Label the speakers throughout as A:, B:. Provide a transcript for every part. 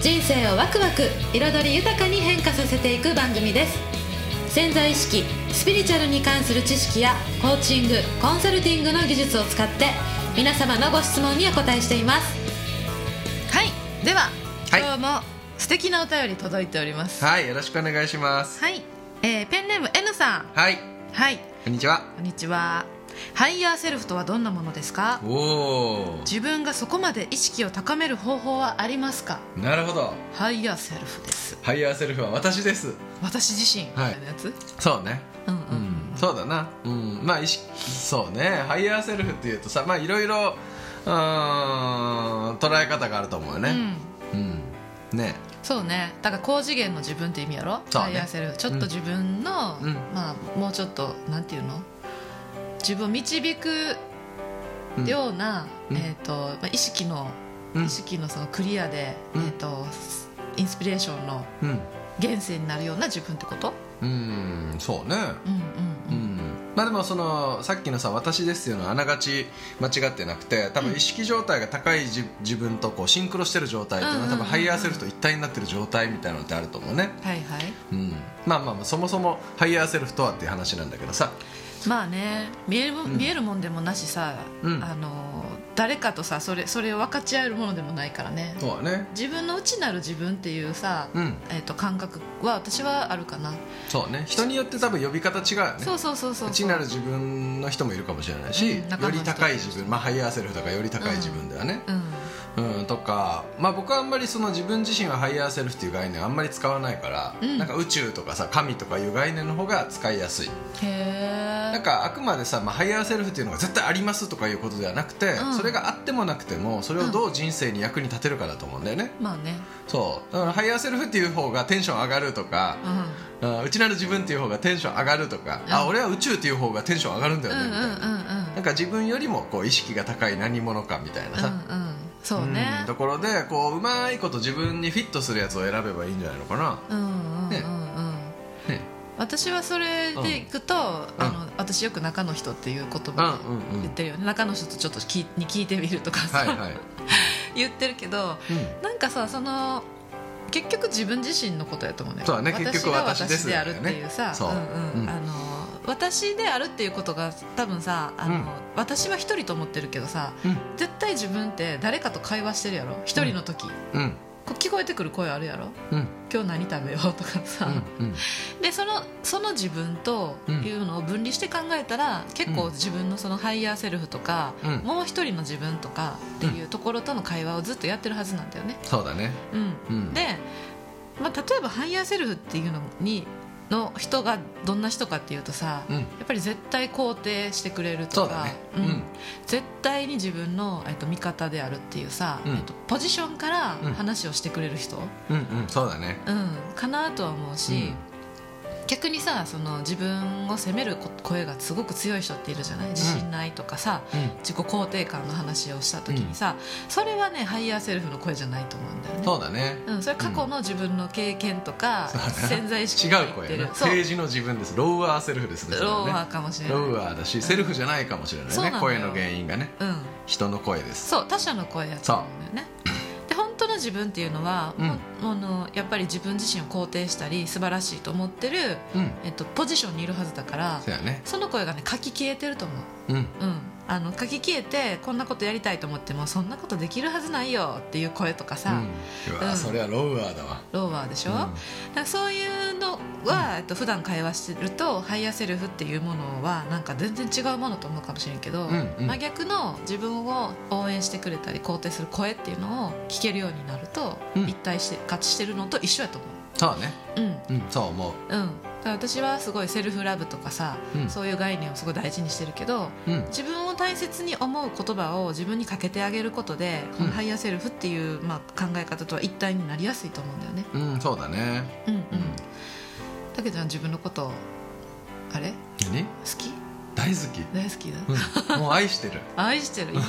A: 人生をワクワク彩り豊かに変化させていく番組です潜在意識スピリチュアルに関する知識やコーチングコンサルティングの技術を使って皆様のご質問にお答えしていますはいでは、
B: はい
A: 今日も素敵なお便り届いております
B: はいよろしくお願いします
A: はい、えーペンネーム N さん
B: はい
A: はい
B: こんにちは
A: こんにちはハイヤーセルフとはどんなものですか
B: お
A: 自分がそこまで意識を高める方法はありますか
B: おなるほど
A: ハイヤーセルフです
B: ハイヤーセルフは私です
A: 私自身みたいなやつ、
B: そうね
A: うんう
B: うんんそうだなうんまあ意識そうねハイヤーセルフっていうとさまあいろいろうーん捉え方があると思うよ
A: うん、
B: ねうん、ね
A: そうねだから高次元の自分って意味やろ、
B: そうね
A: ハイヤーセルフちょっと自分の、
B: うん
A: まあもうちょっとなんていうの自分を導く
B: うん
A: ような、
B: うん
A: えっ、と、まあ、意識の、
B: うん
A: 意識のそのクリアで、
B: うん
A: えっ、とインスピレーションの
B: うん
A: 現世になるような自分ってこと
B: うんそうね
A: うんうんう
B: うんんまあでもそのさっきのさ「私です」よのあながち間違ってなくて多分意識状態が高いじ自分とこうシンクロしてる状態っていうの
A: うん
B: は
A: うんう
B: 多
A: んうん
B: 分ハイヤーセルフと一体になってる状態みたいなのってあると思うね、
A: はいはい
B: うん、まあまあまあそもそもハイヤーセルフとはっていう話なんだけどさ
A: まあね見える,、
B: ん
A: 見えるもんでもなしさ、
B: うん
A: あの誰かとさそれそれを分かち合えるものでもないからね
B: そうはね
A: 自分の内なる自分っていうさ、
B: うん
A: えっと感覚は私はあるかな、
B: そうね人によって多分呼び方違うよね
A: そうそうそうそう
B: 内なる自分の人もいるかもしれないし、
A: うん中
B: よ
A: の人
B: り高い自分、まあ、ハイヤーセルフだからより高い自分だよね、
A: うん
B: うん、とか、まあ、僕はあんまりその自分自身はハイヤーセルフっていう概念あんまり使わないから、
A: うん
B: なんか宇宙とかさ神とかいう概念の方が使いやすい
A: へ
B: なん
A: え
B: かあくまでさ、まあ、ハイヤーセルフっていうのが絶対ありますとかいうことではなくて、
A: うん
B: それがあってもなくてもそれをどう人生に役に立てるかだと思うんだよね、
A: まあね
B: そうだからハイヤーセルフっていう方がテンション上がるとか、
A: う
B: うん内なる自分っていう方がテンション上がるとか、
A: うん
B: あ俺は宇宙っていう方がテンション上がるんだ
A: ん
B: よ
A: うん
B: ね
A: うん
B: みたいな、
A: うん
B: なんか自分よりもこう意識が高い何者かみたいな
A: うんう
B: さ、
A: んうんそうね
B: んところでこううまいこと自分にフィットするやつを選べばいいんじゃないのかな
A: うんうんうんうん、
B: ね ね
A: 私はそれでいくと、あの私よく中の人っていう言葉
B: うんうんう
A: で
B: ん
A: 言ってるよね、中の人とちょっと聞 いに聞いてみるとかさ、
B: はいはい、
A: 言ってるけど
B: うん、
A: なんかさその結局自分自身のことやと思うね
B: そうだね結局私
A: が
B: です
A: 私であるっていうさ
B: そう
A: うんうん
B: うん
A: あの私であるっていうことが多分さあの、
B: うん
A: 私は一人と思ってるけどさ
B: うん
A: 絶対自分って誰かと会話してるやろ一人の時、
B: うん
A: こう聞こえてくる声あるやろ
B: うん
A: 今日何食べようとかさ、
B: うん
A: でそのその自分というのを分離して考えたら、結構
B: うん
A: 自分のそのハイヤーセルフとか、
B: うん
A: もう一人の自分とかっていうところとの会話をずっとやってるはずなんだよね。
B: そうだね
A: うん
B: うん
A: で、まあ、例えばハイヤーセルフっていうのにの人がどんな人かっていうとさ、
B: うん
A: やっぱり絶対肯定してくれる
B: そ
A: と
B: うだ
A: か
B: ね、
A: う
B: うんん
A: 絶対に自分の、えっと、味方であるっていうさ、
B: うん
A: えっと、ポジションから
B: うん
A: 話をしてくれる人、
B: うんうんそうだね
A: うん、かなとは思うし、逆にさその自分を責めるこ声がすごく強い人っているじゃない自信ないとかさ、
B: うん
A: 自己肯定感の話をした時にさ、それはねハイヤーセルフの声じゃないと思うんだよね。
B: そうだね
A: うん、それ過去の自分の経験とか、潜在意識
B: 違
A: が
B: う
A: 入っ
B: 声
A: て
B: や
A: る
B: ね
A: そう
B: 政治の自分ですローアーセルフですねそれ
A: ロ
B: は
A: ー
B: ね
A: ワーかもしれない
B: ローアーだしセルフじゃないかもしれ
A: そう
B: な
A: ないの
B: ね
A: よ
B: 声の原因がね
A: うん、
B: 人の声です
A: そう他者の声やと思うんだよねで本当の自分っていうのは、
B: うん
A: もうあのやっぱり自分自身を肯定したり素晴らしいと思ってる、
B: うん
A: えっと、ポジションにいるはずだから
B: そうやね
A: その声がね書き消えてると思う
B: うん
A: うん、あの書き消えてこんなことやりたいと思ってもそんなことできるはずないよっていう声とか
B: う
A: さ、
B: んう
A: うん
B: わそれはローアーだわ
A: ローワーでしょ、だからそういうのは、えっと普段会話してるとハイヤーセルフっていうものはなんか全然違うものと思うかもしれんけ
B: う
A: ど、
B: んうん
A: 真逆の自分を応援してくれたり肯定する声っていうのを聞けるようになると、
B: うん
A: 一体して勝ちしてるのと一緒やと思う。
B: そうね
A: うん
B: うんそう思う
A: うん、から私はすごいセルフラブとかさ、
B: うん
A: そういう概念をすごい大事にしてるけど
B: うん
A: 自分を大切に思う言葉を自分にかけてあげることで、このハイヤーセルフっていう、まあ、考え方とは一体になりやすいと思うんだよね。
B: うんそうだね
A: うんうん、たけちゃん自分のことあれ好
B: 何
A: き
B: 大好き、
A: 大好きだ
B: うん、もう愛してる
A: 愛して るいいね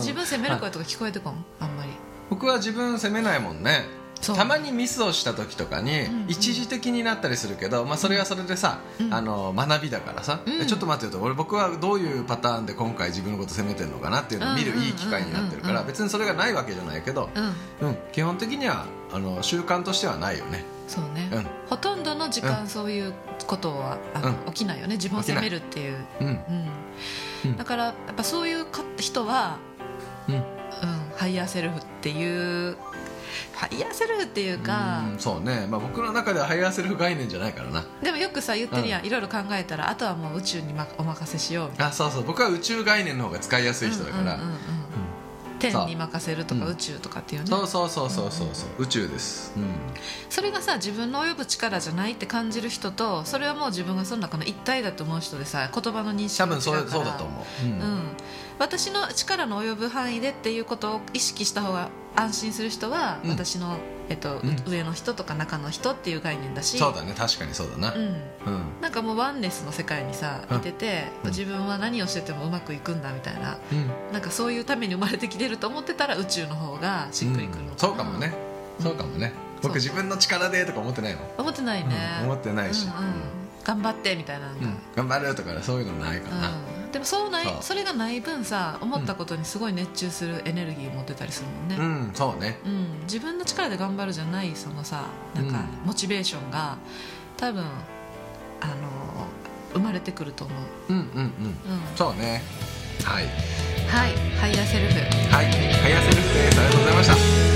A: 自分責める声とか聞こえてこんあんまり
B: 僕は自分責めないもんね
A: そう
B: たまにミスをした時とかに
A: んうん
B: 一時的になったりするけど、まあ、それはそれでさ、
A: うん
B: あの学びだからさ、
A: うん
B: えちょっと待ってよと俺僕はどういうパターンで今回自分のこと責めてるのかなっていうのを見
A: うんう
B: る
A: んうんうん
B: いい機会になってるから別にそれがないわけじゃないけど、
A: うん
B: うん、基本的にはあの習慣としてはないよね
A: そうね、
B: うん
A: ほとんどの時間、そういうことはあの、
B: う
A: 起きないよね自分を責めるっていう
B: うん
A: う、
B: うんん
A: だからやっぱそういうか人は、
B: うん
A: うん、ハイヤーセルフっていうハイヤーセルフっていうか、
B: うんそうね、まあ、僕の中ではハイヤーセルフ概念じゃないからな
A: でもよくさ言ってるやん、いろいろ考えたらあとはもう宇宙にまお任せしようみたい
B: あそうそう僕は宇宙概念の方が使いやすい人だ
A: な、
B: から、
A: うんうんうん天に任せるとか
B: うん
A: 宇宙とかっていうね、
B: そうそうそうそうそうそう宇宙です、うん、
A: それがさ自分の及ぶ力じゃないって感じる人とそれはもう自分がその中の一体だと思う人でさ言葉の認識
B: 多
A: が
B: 分そう
A: 違うか
B: そう
A: ら
B: だと思う、うん
A: うん、私の力の及ぶ範囲でっていうことを意識した方が安心する人は、
B: うん
A: 私の、えっと
B: うん
A: 上の人とか中の人っていう概念だし
B: そうだね確かにそうだな、
A: うん、
B: うん
A: なんかもうワンネスの世界にさ
B: うん
A: いてて、
B: うん
A: 自分は何をしててもうまくいくんだみたいな
B: うん
A: なんかそういうために生まれてきてると思ってたら宇宙の方がしっくりくる
B: う
A: の
B: ん
A: な
B: そうかもねそうかもね
A: そう
B: 僕自分の力でとか思ってないもん、
A: 思ってないね、
B: うん思ってな
A: ない
B: し、
A: うんうん頑張ってみたいなの
B: うん
A: が
B: 頑張るとかそういうのないからな、
A: うんでもそうない
B: そう
A: それがない分さ思ったことにすごい熱中するエネルギー持ってたりするもんね、
B: うん、そうね
A: うん、自分の力で頑張るじゃないそのさなんか
B: う
A: モチベーションが多分あの生まれてくると思う、
B: うんうんうん
A: うん、
B: そうねはい
A: はいハイヤーセルフ
B: はい早瀬ルフですありがとうございました